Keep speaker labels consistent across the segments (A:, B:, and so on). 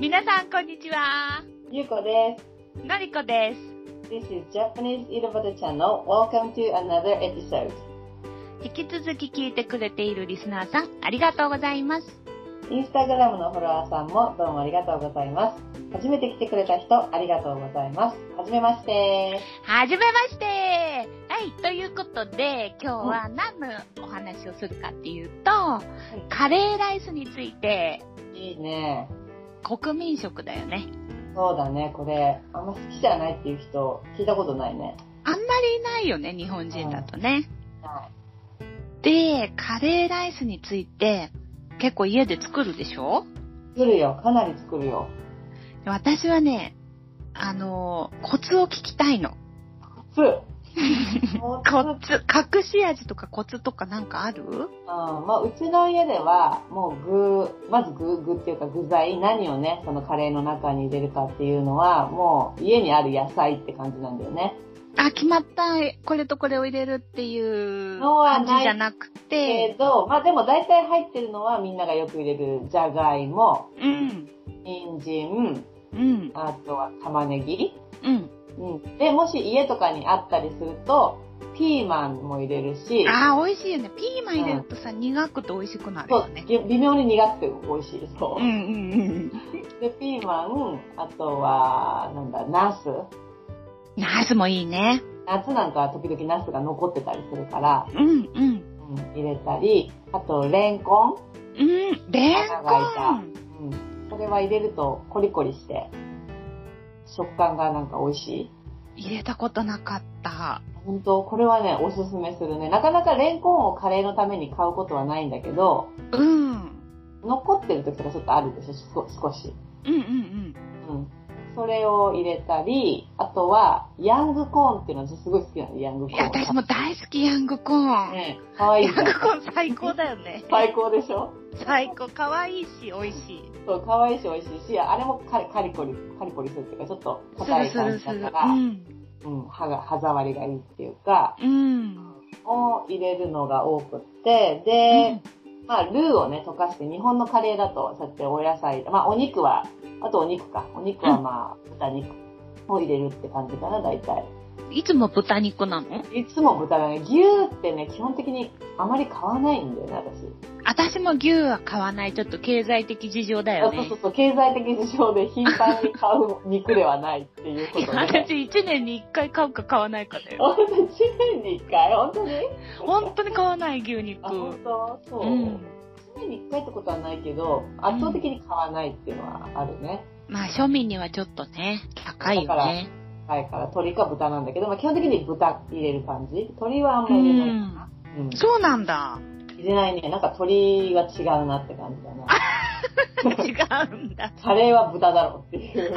A: 皆さん、こんにちは。
B: ゆうこで
A: のりこです。
B: す。This is Japanese Irobata Channel. Welcome to another episode.
A: 引き続き聞いてくれているリスナーさん、ありがとうございます。
B: インスタグラムのフォロワーさんもどうもありがとうございます。初めて来てくれた人、ありがとうございます。はじめまして。
A: はじめましてはい、ということで、今日は何のお話をするかっていうと、カレーライスについて、
B: いいね。
A: 国民食だよね。
B: そうだね、これ。あんま好きじゃないっていう人、聞いたことないね。
A: あんまりいないよね、日本人だとね。
B: は
A: で、カレーライスについて、結構家で作るでしょ
B: い。作るよ、かなり作るよ。
A: 私はね、あのー、コツを聞きたいの。
B: つもうつ
A: コツ、隠し味とかコツとかなんかある
B: うんまあ、うちの家では、もう具、まず具、具っていうか具材、何をね、そのカレーの中に入れるかっていうのは、もう家にある野菜って感じなんだよね。
A: あ、決まった、これとこれを入れるっていう
B: のは
A: 感
B: ない
A: じじゃなくて、
B: けど、まあでも大体入ってるのはみんながよく入れる、じゃがいも、
A: うん、
B: 人参、
A: うん、
B: あとは玉ねぎ。
A: うん。
B: うん。で、もし家とかにあったりすると、ピーマンも入れるし、
A: あー、美味しいよね。ピーマン入れるとさ、苦くて美味しくなる
B: そ
A: よ
B: う、
A: ね。
B: 微微妙に苦くて美味しい。そう
A: んうん
B: う。
A: うん。
B: で、ピーマン、あとは、なんだ、ナス。
A: ナスもいいね。
B: 夏なんかは時々ナスが残ってたりするから、
A: うんうん。
B: うん入れたり、あと、レンコン。
A: うん、レンコン。
B: うん。これは入れるとコリコリして、食感がなんか美味しい。
A: 入れたことなかった。
B: 本当これはね、おすすめするね。なかなかレンコンをカレーのために買うことはないんだけど、
A: うん。
B: 残ってる時とかちょっとあるでしょ、少少し。
A: うんうん
B: うん。それを入れたり、あとは、ヤングコーンっていうのはすごい好きなの、ヤング
A: うん。
B: コ
A: い
B: ー
A: や、
B: ン。
A: 私も大好き、ヤングコーン。
B: ね、かわいい
A: ヤ
B: じ
A: ン
B: ゃん
A: グコーン最高だよね。
B: 最高でしょ
A: 最高。可愛いし、美味しい。
B: そう、可愛いし美味しいし、あれもカリカリコリ、カリコリするっていうか、ちょっと
A: す
B: 硬
A: る
B: い
A: す
B: 感
A: る
B: じ
A: する
B: だ。
A: う
B: か
A: ん。
B: ら、うん、歯が、歯触りがいいっていうか、
A: うん。
B: を入れるのが多くって、で、まあ、ルーをね、溶かして、日本のカレーだと、そうやってお野菜、まあ、お肉は、あとお肉か。お肉はまあ、豚肉を入れるって感じかな、大体。
A: いつも豚肉なの
B: いつも豚がね、牛ってね、基本的にあまり買わないんだよね、私。
A: 私も牛は買わない。ちょっと経済的事情だよ
B: そう
A: ね
B: そう。そう、経済的事情で頻繁に買う肉ではないっていうこ
A: い
B: と
A: や
B: で。
A: 私1年に1回買うか買わないかだよ。
B: 本当に1年に1回本当に
A: 本当に買わない牛肉
B: あ、。本当そう。
A: う
B: 1
A: ん。
B: 年に1回ってことはないけど、圧倒的に買わないっていうのはあるね。
A: まあ庶民にはちょっとね、高いよね。
B: はいから鶏か豚なんだけど、まあ、基本的に豚入れる感じ。鶏はあんま
A: う
B: り入れない。
A: ん。
B: うん。
A: そうなんだ。
B: 入れないね。なんか鶏は違うなって感じだな。
A: 違うんだ。
B: カレーは豚だろうって いう。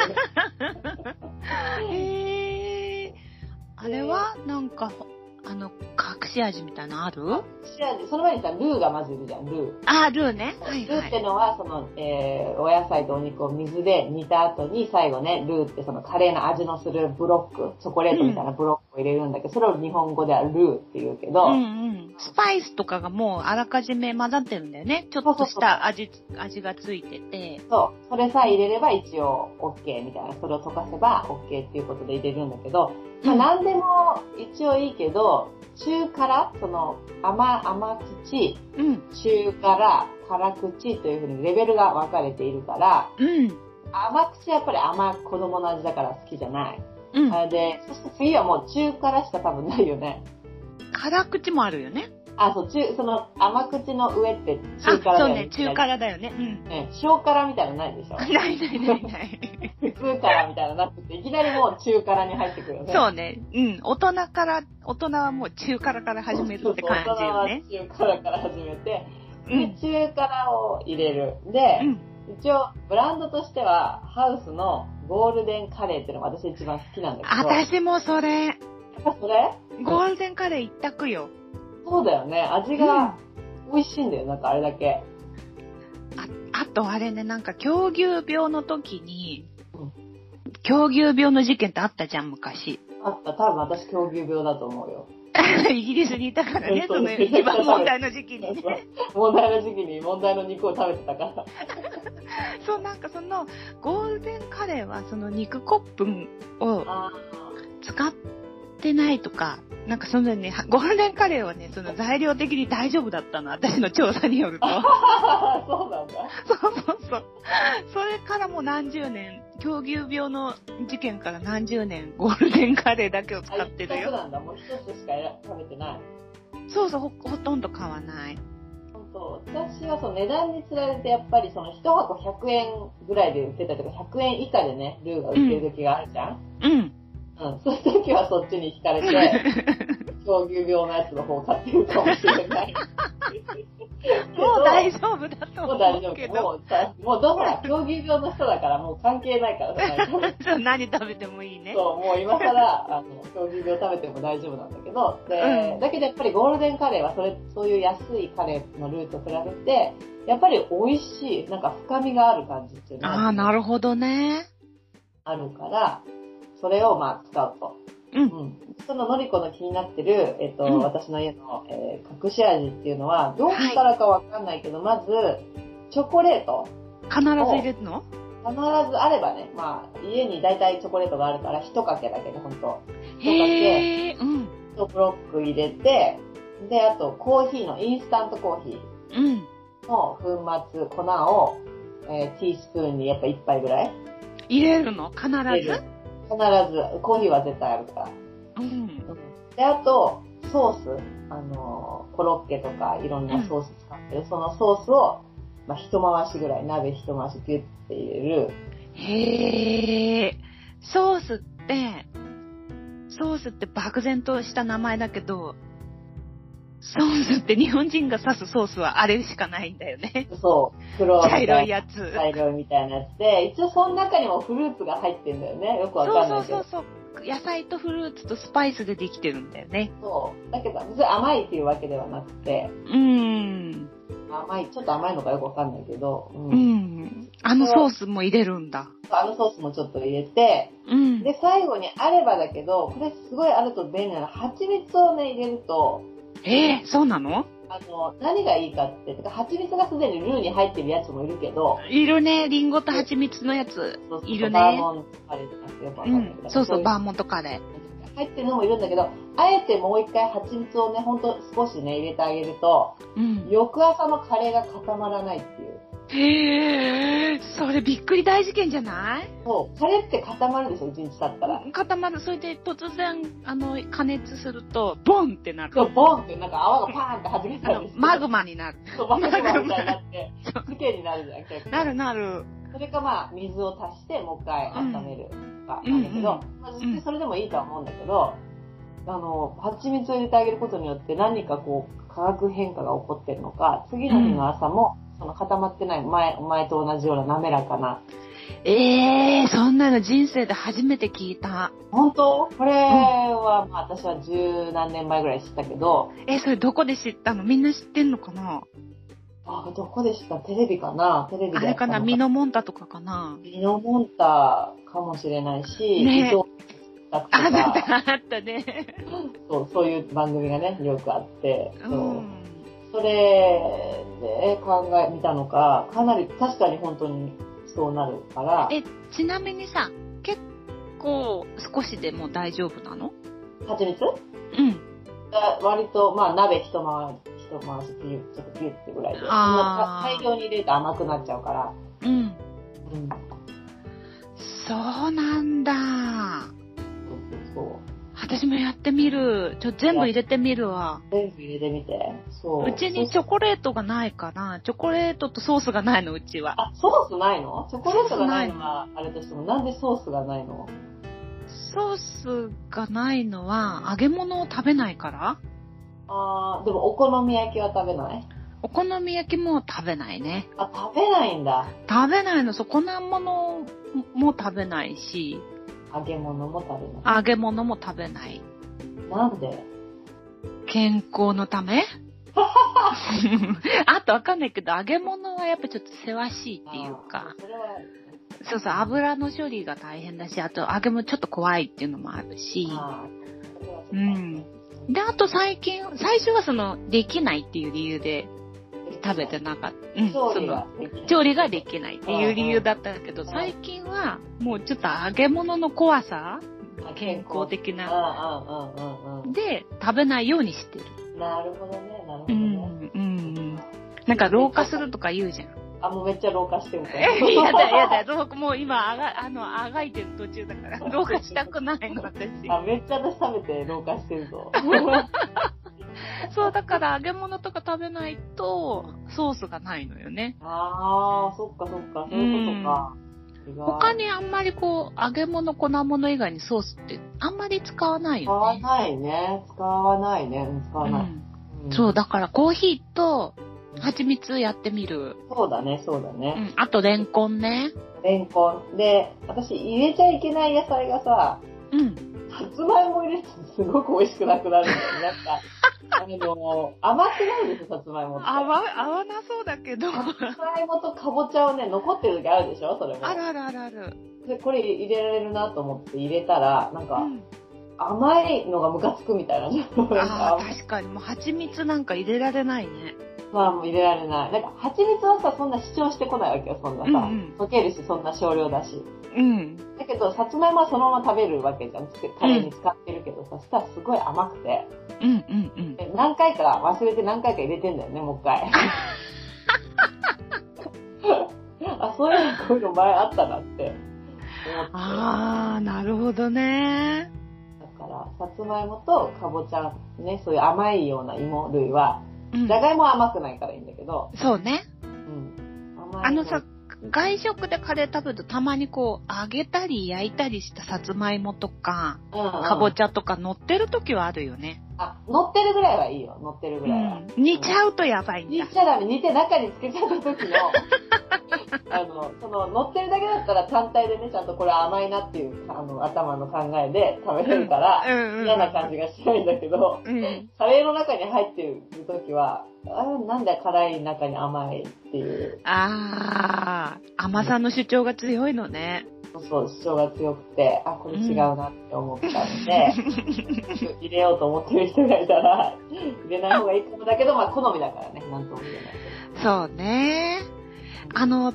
A: へえ。あれはなんか、あの、隠し味みたいなのある
B: 知らんでその前にさ、ルーがまずいるじゃん、ルー。
A: あ、ルーね。はい
B: ル
A: は
B: ーって
A: い。
B: のは、その、えー、お野菜とお肉を水で煮た後に、最後ね、ルーってそのカレーの味のするブロック、チョコレートみたいなブロックを入れるんだけど、それを日本語ではルーって言うけど、
A: うんうん。スパイスとかがもうあらかじめ混ざってるんだよね。ちょっとした味、味がついてて。
B: そう、それさえ入れれば一応 OK みたいな、それを溶かせば OK っていうことで入れるんだけど、まあ
A: うん
B: 何でも一応いいけど、中辛、その甘、甘口、
A: うん。
B: 中辛、辛口というふうにレベルが分かれているから、
A: うん。
B: 甘口はやっぱり甘い子供の味だから好きじゃない。
A: うん。
B: あれで、そして次はもう中辛しか多分ないよね。
A: 辛口もあるよね。
B: あ、そう、中、その甘口の上って
A: あ、
B: 中辛だ
A: そ
B: よ
A: うね。中。辛だよね。うん。
B: ね、小辛みたいなのないでしょ
A: ないないないない。
B: 普通辛みたいなのなくて、いきなりもう中辛に入ってくるよね。
A: そうね。うん。大人から、大人はもう中辛から始めるって感じよね。
B: そうそう大人は中辛から始めて、
A: うん。
B: で、中辛を入れる。で、
A: うん。
B: 一応、ブランドとしては、ハウスのゴールデンカレーっていうのが私一番好きなんだけど。
A: 私もそれ、
B: やっぱそれ
A: ゴールデンカレー一択よ。
B: そうだよね。味
A: うん
B: が美味しいんだよ、なんかあれだけ。
A: ああとあれね、なんか狂牛病の時に
B: うん、
A: 狂牛病の事件ってあったじゃん、昔。
B: あった、多分私狂牛病だと思うよ。
A: イギリスにいたからね、
B: そ
A: そうの 一番問題の時期にね。
B: 問題の時期に問題の肉を食べてたから。
A: そう、なんかその、ゴールデンカレーはその肉コップンを
B: あ
A: 使ってないとか、なんかそのね、ゴールデンカレーはね、その材料的に大丈夫だったの、私の調査による と。
B: あ、そうなんだ。
A: そうそうそう。それからもう何十年、狂牛病の事件から何十年、ゴールデンカレーだけを使
B: あ、
A: ってる
B: 一つ
A: よ。
B: なんだ。もう一つしか選食べてない。
A: そうそうほ、ほとんど買わない。
B: 本当私はその値段につられてやっぱりその1箱100円ぐらいで売ってたりとか100円以下でねルーが売ってる時があるじゃん、
A: うん。
B: うんそういう時はそっちに惹かれて狂牛病のやつの方を買ってるかもしれない
A: もう大
B: 丈
A: 丈夫だと
B: もう
A: 思
B: 大
A: う
B: 丈
A: け
B: 夫
A: ど。
B: もうさもうどうら狂牛病の人だからもう関係ないからさ
A: そう何食べてもいいね。
B: そう、もう今 から、あの、狂牛病食べても大丈夫なんだけど、で、
A: うん
B: だけどやっぱりゴールデンカレーはそれ、そういう安いカレーのルーと比べて、やっぱり美味しい、なんか深みがある感じっていうの
A: ああ、
B: が
A: なるほどね。
B: あるから、それをまあ使うと。
A: うん
B: んそののりこの気になってる、えっと、
A: うん
B: 私の家の、えー隠し味っていうのは、どうからかわかんないけど、まず、チョコレート。
A: 必ず入れるの
B: 必ずあればね、まあ、家に大体チョコレートがあるから、一かけだけで、ほんと。
A: へえ。うん。
B: ホットブロック入れて、で、あとコーヒーの、インスタントコーヒ
A: うん。
B: ーの粉末、粉を、えーティースプーンにやっぱ1杯ぐらい
A: 入れるの必
B: 入れる
A: ず。
B: 必ず、コーヒーは絶対あるから。
A: うん。
B: で、あと、ソース、あのーコロッケとかいろんなソース使ってる、そのソースを、まあ、一回しぐらい、鍋一回しギュッて入れる。
A: へえ。ソースって、ソースって漠然とした名前だけど、ソースって日本人が指すソースはあれしかないんだよね。
B: そう、黒み
A: 茶
B: た
A: 色い
B: いな。
A: やつ。
B: 茶色いみたいなやつで、一応その中にもフルーツが入ってんだよね。よく
A: そ
B: わ
A: う
B: かん
A: そ
B: な
A: う
B: いけど
A: そう。そう。野菜とフルーツとスパイスでできてるんだよね。
B: そう。だけど、別に甘いっていうわけではなくて、
A: うーん。
B: 甘い、ちょっと甘いのかよくわかんないけど、うん
A: うん。あのソースも入れるんだ。
B: あのソースもちょっと入れて、
A: うん。
B: で、最後にあればだけど、これすごいあると便利なの。蜂蜜をね、入れると、
A: えー、そうなの
B: あの、何がいいかって、てか蜂蜜がすでにルーに入ってるやつもいるけど、
A: いるね。リンゴと蜂蜜のやつ。
B: そうそう
A: いるね
B: バーモントカレーじゃなくてよくわ
A: う
B: かんないけ
A: ん
B: ど、。
A: そうそう、バー
B: ン
A: モントカレー。
B: 入ってるのもいるんだけど、あえてもう一回蜂蜜をね、ほんと少しね、入れてあげると、
A: うん。
B: 翌朝のカレーが固まらないっていう。
A: へえ、それびっくり大事件じゃない
B: そう、カレーって固まるでしょ、一日経ったら。
A: 固まる。それで突然、あの、加熱すると、ボンってなる。
B: そう、ボンってなんか泡がパーンって弾け
A: あ
B: た
A: の
B: りし、て。
A: マグマになる。
B: そう、マグマみたいになって、事件になるじゃん、結構。
A: なるなる。
B: それかまあ、水を足して、もう一回温めるとか、
A: うん
B: なんだけど、まあ、実際それでもいいとは思うんだけど、あの、蜂蜜を入れてあげることによって何かこう、化学変化が起こってるのか、次の日の朝も、その固まってない、前、前と同じような滑らかな。
A: ええそんなの人生で初めて聞いた。
B: 本当これは、まあ私は十何年前ぐらい知ったけど、
A: え、それどこで知ったのみんな知ってんのかな
B: あ、どこでしたテレビかなテレビで
A: あ
B: や
A: れ
B: った
A: か
B: の
A: なミノモンタとかかな
B: ミノモンタかもしれないし、
A: ね
B: 伊藤拓と
A: ああっ
B: か
A: た、あったね。
B: そう、そういう番組がね、よくあって、
A: う。
B: そうんそれで考え、見たのか、かなり、確かに本当にそうなるから、
A: え、ちなみにさ、結構少しでも大丈夫なの
B: 蜂蜜
A: うん。
B: が割と、まあ鍋一回り、一回し、ピュッ、ちょっとピュッってぐらいで、
A: あー
B: 大量に入れると甘くなっちゃうから、
A: うん。
B: うん、
A: そうなんだ。
B: そうそうそう。
A: 私もやってみる。ちょ、全部入れてみるわ。
B: 全部入れてみて、そう。
A: うちにチョコレートがないから、チョコレートとソースがないの、うちは。
B: あ、ソースないのチョコレートがないのは、あれとしても、なんでソースがないの
A: ソースがないのは、揚げ物を食べないから
B: あー、でもお好み焼きは食べない
A: お好み焼きも食べないね。
B: あ、食べないんだ。
A: 食べないの、そう、粉物も食べないし、
B: 揚げ物も食べな
A: 揚げ物も食べない。
B: い。なんで
A: 健康のた めあとわかんないけど、揚げ物はやっぱちょっとせわしいっていうか
B: あ、ーそれは、
A: そうそう、油の処理が大変だし、あと揚げ物ちょっと怖いっていうのもあるし、
B: あーそれはちょっと
A: うんで、あと最近、最初はその、できないっていう理由で、食べてなかった。うん、
B: 調
A: そ
B: 理
A: の
B: ができない
A: 調理ができないっていう理由だったんだけど、
B: うん
A: 最近はもうちょっと揚げ物の怖さ
B: あ
A: 健康的
B: う
A: な。
B: んうんうんうんうん
A: で、食べないようにしてる。
B: なるほどね、なるほ
A: う
B: ど
A: ん
B: ね。、
A: うん。なんか老化するとか言うじゃん。
B: あ、もうめっちゃ老化してるから。
A: え、やだや だ、どうもう今あが、あの、あがいてる途中だ から、老化したくないの、私。
B: あ、めっちゃ私食べて老化してる ぞ。
A: そう、だから揚げ物とか食べないと、ソースがないのよね。
B: あー、そっかそっか、そういうことか。違う
A: 他にあんまりこう、揚げ物、粉物以外にソースってあんまり使わない
B: 使
A: よ
B: わ
A: ね。
B: ないね。使わないね。うん使わない。
A: うんそう、
B: う
A: だからコーヒーと蜂蜜やってみる。
B: ん。そうだね、そうだ
A: う
B: ね。
A: ん、あとレンコンね。
B: レンコン。で、私入れちゃいけない野菜がさ、
A: うん。
B: さつまいも入れるとすごく美味しくなくなるんだよね。なんか、あの、甘くないですよ、さつまいもって。
A: 合わ、合わなそうだけど。
B: さ
A: あ
B: つまいもとかぼちゃをね、残ってる時あるでしょそれも。
A: るあるあるある。
B: で、これ入れられるなと思って入れたら、なん
A: う
B: か、
A: ん、
B: 甘いのがムカつくみたいな。なん
A: ああ、
B: か
A: 確かに。もう蜂蜜なんか入れられないね。
B: まあもう入れられない。なんか、蜂蜜はさ、そんな主張してこないわけよ、そんなさ。
A: うん
B: 溶けるし、そんな少量だし。
A: うん。
B: だけど、さつまいもはそのまま食べるわけじゃん。つけタレに使ってるけどさ、そしたらすごい甘くて。
A: うんうんうん。
B: で何回か忘れて何回か入れてんだよね、もう 一回。 あ、そういうのこういうの前あったなって。思って
A: ああ、なるほどね。
B: だから、さつまいもとかぼちゃ、ね、そういう甘いような芋類は、
A: うん
B: じゃがいもは甘くないからいいんだけど、
A: そうね。
B: うん。甘い
A: あのさ、、外食でカレー食べるとたまにこう、揚げたり焼いたりしたさつまいもとか、かぼ
B: ゃ。
A: ちゃとか乗ってる時はあるよね。
B: あ、乗ってるぐらいはいいよ、乗ってるぐ
A: う
B: らいは
A: ん。。煮ちゃうとやばいん
B: 煮
A: だ
B: ち。ゃダメ、煮て中につけちゃった時 の、あの、その、乗ってるだけだったら単体でね、ちゃんとこれ甘いなっていう、あの、頭の考えで食べてるから、
A: ん
B: 嫌な感じがしないんだけど、
A: うん。
B: カレーの中に入ってる時は、あなんだよ辛い中に甘いっていう、
A: あー、甘さの主張が強いのね。
B: そう、主張が強くて、あ、これ違うなって思ったので、入れようと思ってる人がいたら、入れない方がいいかもだけど、まあ好みだからね、なんとも言えない
A: そうね。あの、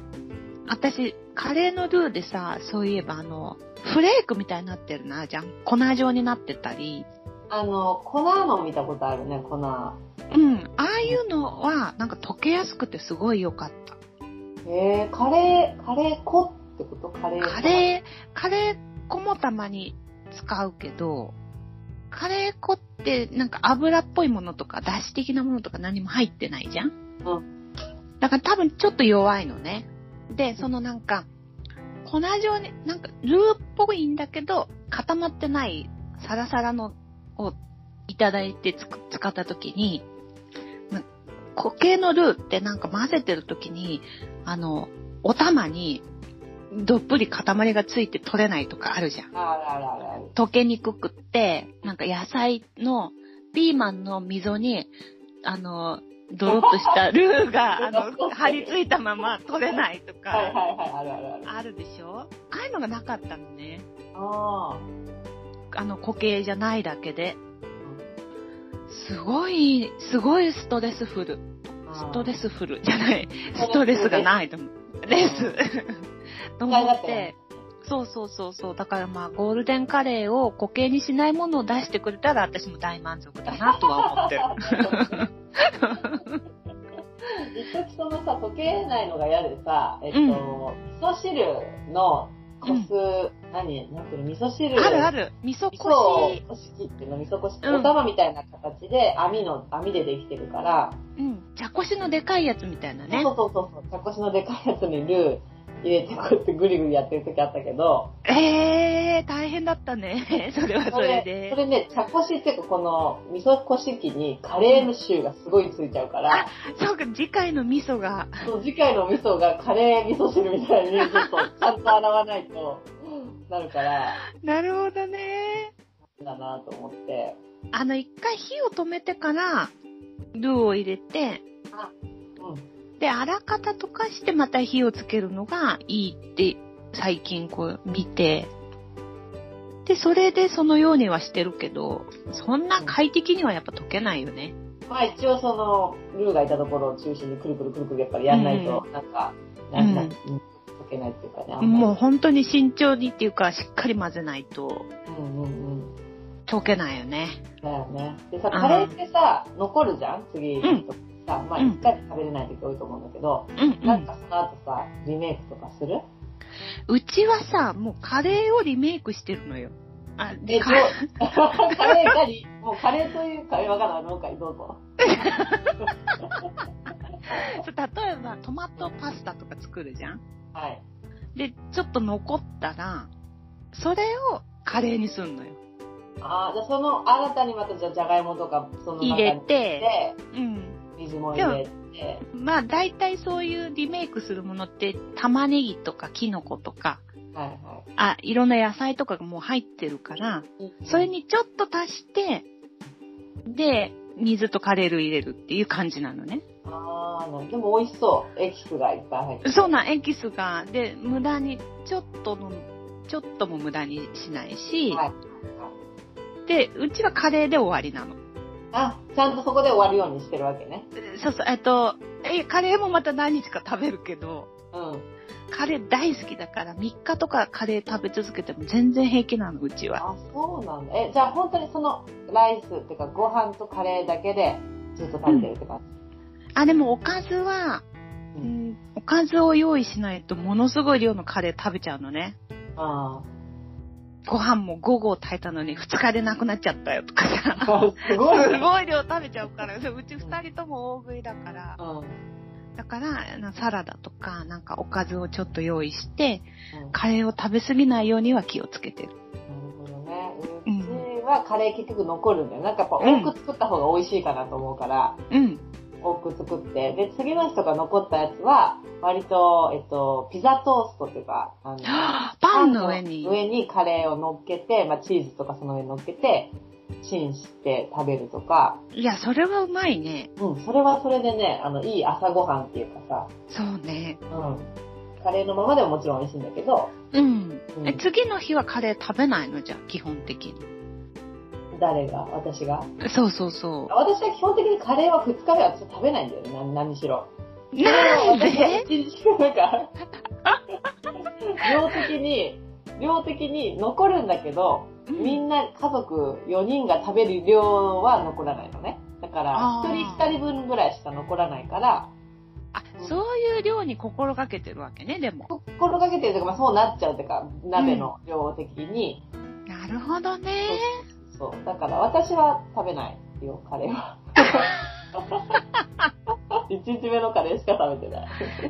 A: 私、カレーのルーでさ、そういえばあの、フレークみたいになってるな、じゃん。粉状になってたり。
B: あの、粉の見たことあるね、粉。
A: うん。ああいうのは、なんか溶けやすくてすごい良かった。
B: えー、カレー、カレー粉ってことカレー粉。
A: カレー、カレー粉もたまに使うけど、カレー粉ってなんか油っぽいものとか、だし的なものとか何も入ってないじゃん
B: う
A: だから多分ちょっと弱いのね。で、そのなんか、粉状に、なんかルーっぽいんだけど、固まってないサラサラのをいただいてつく使った時に、な固形のルーってなんか混ぜてる時に、あの、お玉にどっぷり塊がついて取れないとかあるじゃん。
B: あらあらあらあら。
A: 溶けにくくって、なんか野菜の、ピーマンの溝に、あの、ドロッとしたルーが、あの、張り付いたまま取れないと
B: はい
A: か、
B: はいはい、あるあるある。
A: あるでしょああいうのがなかったのね。
B: あ
A: あの、固形じゃないだけで。すごい、すごいストレスフル。
B: あ。
A: スト
B: ス。
A: レスフルじゃない。ストレスがないと思う。レ ス。と思
B: 使い
A: っ
B: 勝手
A: て。そうそうそうそう。だからまあ、ゴールデンカレーを固形にしないものを出してくれたら私も大満足だなとは思って る。
B: 一時そのさ、溶けないのが嫌でさ、えっと、
A: うん
B: 味噌汁のこす、何なんていうの味噌汁。
A: あるある。味噌
B: 味噌
A: こし。
B: こし器っていうの味噌こし器、
A: うん
B: お玉みたいな形で網の、網でできてるから、
A: うん。茶こしのでかいやつみたいなね
B: そ。うそうそうそう、茶こしのでかいやつにルー入れてこうやってグリグリやってる時あったけど、
A: えー、大変だったね。 それ はそれ
B: そ
A: で。
B: れね、茶こしっていうかこの味噌こし器にカレーの臭がすごいついちゃうから、
A: そうか、次回の味噌が。
B: そう次回の味噌がカレー味噌汁みたいにちょっとちゃんと洗わないとなるから、
A: なるほどね。
B: だなと思って。
A: あの、一回火を止めてから、ルーを入れて、
B: うん。
A: で、あらかた溶かしてまた火をつけるのがいいって最近こう見て、で、それでそのようにはしてるけど、そんな快適にはやっぱ溶けないよね。
B: まあ一応その、ルーがいたところを中心にくるくるくるくるやっぱりやんないと、なんか、なんか、
A: うん
B: 解けないっていうかね、あんまり
A: もう本当に慎重にっていうか、しっかり混ぜないと
B: うんうんうん。
A: 溶けないよね。
B: だよね。でさ、カレーってさ、残るじゃん次
A: ん
B: とかさ、まあ
A: うん
B: 一回食べれない時多いと思うんだけど、
A: うん、う
B: なん
A: ん。
B: かその後さ、リメイクとかする
A: うちはさ、もうカレーをリメイクしてるのよ。あ、
B: え、どう
A: カレ
B: カレーがリ、もうカレーというか、わからない、農家にどうぞ。
A: ーそう例えばトマトパスタとか作るじゃん
B: はい。
A: で、ちょっと残ったら、それをカレーにすんのよ。
B: ああ、じゃあその新たにまたじゃあじゃがいもとか、その中に
A: 入れて、うん。
B: 水も入れて、
A: まあ、大体そういうリメイクするものって、玉ねぎとかキノコとか、
B: はいは
A: あ、いろんな野菜とかがもう入ってるから、
B: い。
A: それにちょっと足して、で、水とカレール入れるっていう感じなのね。
B: ああ、でも美味しそう。エキスがいっぱい入ってる。
A: そうなん、エキスが、で、無駄に、ちょっとの、ちょっとも無駄にしないし、
B: はい。
A: で、うちはカレーで終わりなの。
B: あ、ちゃんとそこで終わるようにしてるわけね。
A: そうそう、えっと、え、カレーもまた何日か食べるけど、
B: うん。
A: カレー大好きだから、3日とかカレー食べ続けても全然平気なの、うちは。
B: あ、そうなんだ。え、じゃあ本当にそのライスっていうかご飯とカレーだけでずっと食べてるって感
A: あ、でもおかずは、
B: う
A: うんん、おかずを用意しないとものすごい量のカレー食べちゃうのね。
B: じ。あ
A: ご飯も5合炊いたのに2日でなくなっちゃったよとか
B: あ
A: さ。
B: ー。すごい。
A: すごい量食べちゃうから、そううち2人とも大食いだから。
B: うん。うん
A: だから、あのサラダとか、なんかおかずをちょっと用意して、カレーを食べ過ぎないようには気をつけてる。
B: なるほどね。
A: う
B: うんちはカレー結局残るんだよ。なんかやっぱ多く作った方が美味しいかなと思うから、
A: うん。
B: 多く作って。で、次の日とか残ったやつは、割と、えっと、ピザトーストっていうか、あの、
A: パンの上に。
B: 上にカレーを乗っけて、まあ、チーズとかその上に乗っけて、チンして食べるとか、
A: いや、それはうまいね。
B: うん、それはそれでね、あの、いい朝ごはんっていうかさ、
A: そうね。
B: うん。カレーのままでももちろん美味しいんだけど、
A: うん。
B: うん
A: え、次の日はカレー食べないのじゃあ、基本的に。
B: 誰が私が
A: そうそうそ
B: 私は基本的にカレーは2日目はちょっと食べないんだよね、何何しろ。
A: う。なん
B: 私は
A: で
B: 一日目だから。量的に、量的に残るんだけど、みんな家族4人が食べる量は残らないのね。だから、
A: あー
B: 1人2人分ぐらいしか残らないから、
A: あ、そういう量に心がけてるわけね、でも。
B: 心がけてるというか、まあ、そうなっちゃうというか、鍋の量的に、
A: なるほどね。
B: そう。だから私は食べないよ、カレー は。1日目のカレーしか食べてない。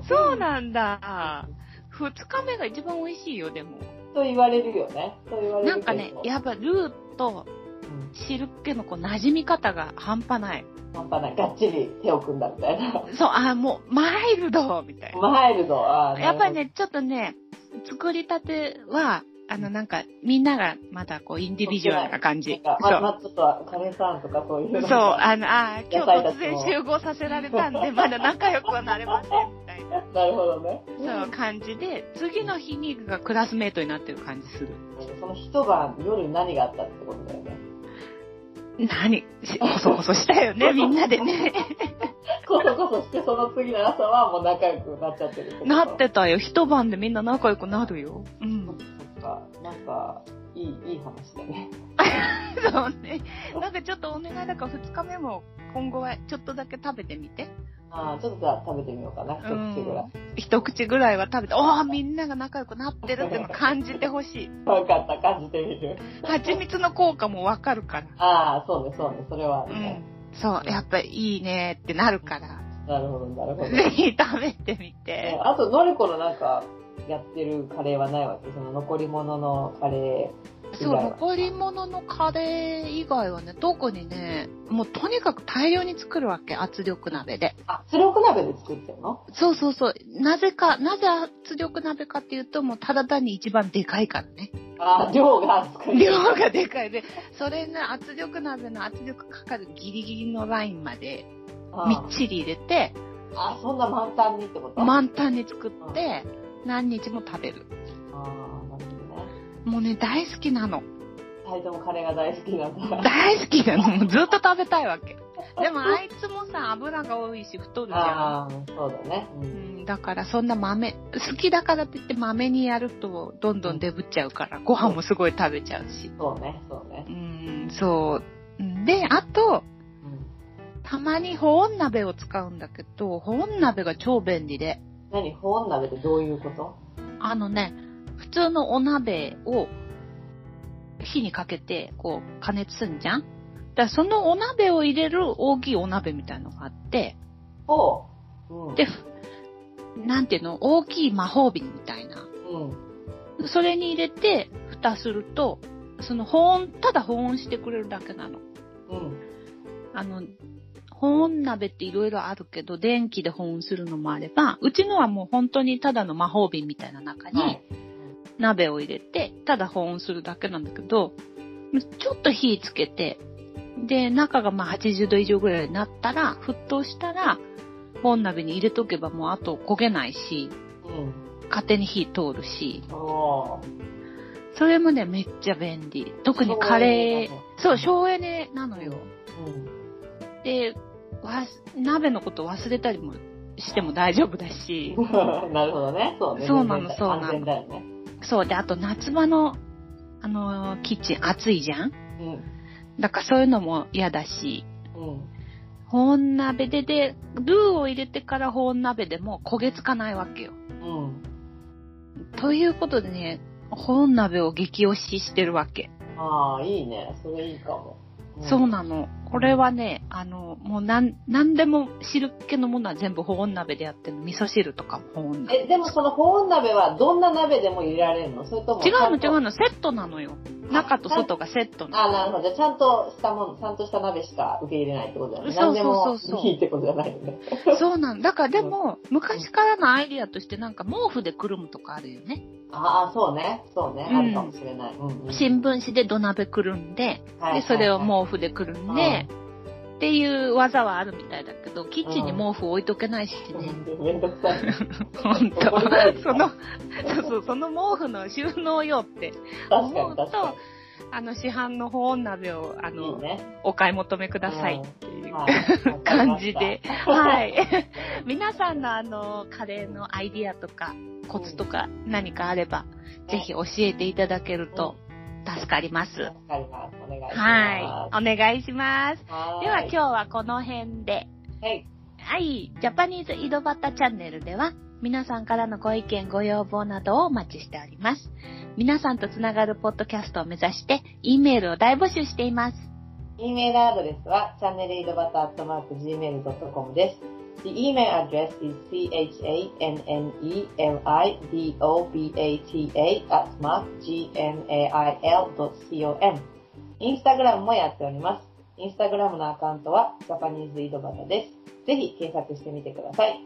A: そうなんだ。二日目が一番美味しいよ、でも。
B: と言われるよね。と言われるけ
A: な
B: ど。
A: んかね、やっぱルーと
B: うん
A: 汁気のこう馴染み方が半端ない。
B: 半端ない。がっちり手を組んだみたいな。
A: そう、あ、もう、マイルドみたいな。
B: マイルド。あー
A: やっぱり。ね、ちょっとね、作りたては、あの、なんか、みんながまだこう、インディビジュアルな感
B: な
A: じ
B: る。ほど
A: そ
B: なんかま、
A: う。
B: ま、ちょっと、カレーさんとかそういうの。
A: そう、あの、あー今
B: 野菜
A: 日
B: たち
A: 突
B: も
A: 然集合させられたんで、まだ仲良くはなれません、みたいな、
B: なるほどね。
A: そう、感じで、次の日にがクラスメートになってる感じする。
B: その一晩、夜何があったってことだよね。
A: 何しこそこそしたよね、みんなでね。
B: こそこそして、その次の朝はもう仲良くなっちゃってること
A: なってたよ。一晩でみんな仲良くなるよ。うん
B: そ。っか、なんか、いい、いい話だね。
A: そうね。なんかちょっとお願いだから二日目も今後はちょっとだけ食べてみて。
B: ああ、ちょっとじゃあ食べてみようかな、一口ぐらい。
A: 一口ぐらいは食べて、おーみんなが仲良くなってるっていうの感じてほしい。
B: わかった、感じてみる。
A: 蜂蜜の効果もわかるから。
B: ああ、そうね、そうね、それはあ
A: う
B: る
A: ん
B: ね。。
A: そう、やっぱりいいねってなるから。
B: なるほど、なるほど。
A: ぜひ食べてみ
B: え
A: て。
B: あと、のりこのなんか、やってるカレーはないわけその残り物のカレ
A: そう、残り物のカレー以外はね、特にね、もうとにかく大量に作るわけ、圧力鍋で。
B: ー。あ、圧力鍋で作ってるの
A: そうそうそう。なぜか、なぜ圧力鍋かっていうと、もうただ単に一番でかいからね。
B: ああ、量が少ない。
A: 量がでかいで、それね、圧力鍋の圧力かかるギリギリのラインまで
B: あ
A: みっちり入れて、
B: ーあ、そんな満タンにってことあ
A: 満タンに作って、何日も食べる。
B: あー、なるほどね。
A: もうね、大好きなの。
B: 二人ともカレーが大好きなんだ。
A: 大好きなの。もうずっと食べたいわけ。でもあいつもさ、油が多いし太るじゃん。
B: ああ、そうだね。う
A: うんん、だからそんな豆、好きだからって言って豆にやるとどんどんデブっちゃうから、ご飯もすごい食べちゃうし。
B: そうね、そうね
A: う。ん、そう。で、あと、
B: うん
A: たまに保温鍋を使うんだけど、保温鍋が超便利で。
B: 何保温鍋ってどういうこと
A: あのね、普通のお鍋を火にかけて、こう、加熱すんじゃんだからそのお鍋を入れる大きいお鍋みたいのがあって、
B: を、うん。
A: で、なんていうの、大きい魔法瓶みたいな。
B: うん。
A: それに入れて、蓋すると、その保温、ただ保温してくれるだけなの。
B: うん。
A: あの、保温鍋っていろいろあるけど、電気で保温するのもあれば、うちのはもう本当にただの魔法瓶みたいな中に、
B: はい。
A: 鍋を入れて、ただ保温するだけなんだけど、ちょっと火つけて、で、中がまあ80度以上ぐらいになったら、沸騰したら、保温鍋に入れとけばもうあと焦げないし、
B: うん。
A: 勝手に火通るし、
B: おー
A: それもね、めっちゃ便利。特にカレー、そう、省エネなのよ。
B: うん。
A: で、わす鍋のこと忘れたりもしても大丈夫だし、
B: なるほどね。そうね。
A: そうなの
B: 全然
A: そうなの
B: 安全だよね。
A: そうで、あと夏場の、あのーキッチン暑いじゃん
B: うん。
A: だからそういうのも嫌だし、
B: うん。
A: 保温鍋でで、ルーを入れてから保温鍋でも焦げつかないわけよ。
B: うん。
A: ということでね、保温鍋を激推ししてるわけ。
B: ああ、いいね。それいいかも。ん
A: そうなの。これはね、あの、もうなん、なんでも汁気のものは全部保温鍋でやってるの。味噌汁とかも保温鍋。
B: え、でもその保温鍋はどんな鍋でも入れられるのそれとも。
A: 違うの
B: ち
A: 違
B: ゃんと
A: うの、セットなのよ。中と外がセットな
B: あ、なるほど。じゃあちゃんとしたもの、ちゃんとした鍋しか受け入れないってことだね。
A: そうそ
B: 何で
A: う
B: も
A: そうそう
B: いいってことじゃないよね。
A: の。そうなの。だからでも、昔からのアイディアとしてなんか毛布でくるむとかあるよね。
B: ああ、そうね。そうね。
A: うん
B: あるかもしれない。うんうん
A: 新聞紙で土鍋くるんで、
B: は
A: で、
B: い
A: それを
B: はい
A: 毛布でくるん
B: は
A: で
B: い、
A: っていう技はあるみたいだけど、キッチンに毛布置いとけないしね。
B: はいめんどくさい。
A: 本当
B: 怒りたい
A: その、そうそう、その毛布の収納用って
B: 確か
A: 思
B: に
A: う
B: 確
A: と
B: か、
A: あの、市販の保温鍋を、あ
B: に。いい
A: の、
B: ね。
A: お買い求めくださいっていう
B: はい
A: 感じで。、はい。 皆さんのあの、カレーのアイディアとか、コツとか何かあれば、ぜひ教えていただけると助かります。
B: わかります。お願いします。
A: はい。お願いします。
B: はい。
A: では今日はこの辺で。
B: 日。はい。
A: はい。ジャパニーズ井戸端チャンネルでは、皆さんからのご意見、ご要望などをお待ちしております。皆さんとつながるポッドキャストを目指して、E メールを大募集しています。
B: E メールアドレスは channelidobata.gmail.com です。The email address is channeidobata.gmail.com。インスタグラムもやっております。インスタグラムのアカウントはジャパニーズ井戸端です。ぜひ検索してみてください。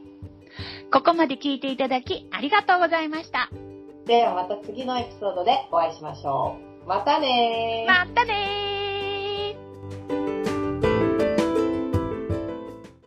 A: ここまで聞いていただき、ありがとうございました。
B: ではまた次のエピソードでお会いしましょう。またねー。
A: またねー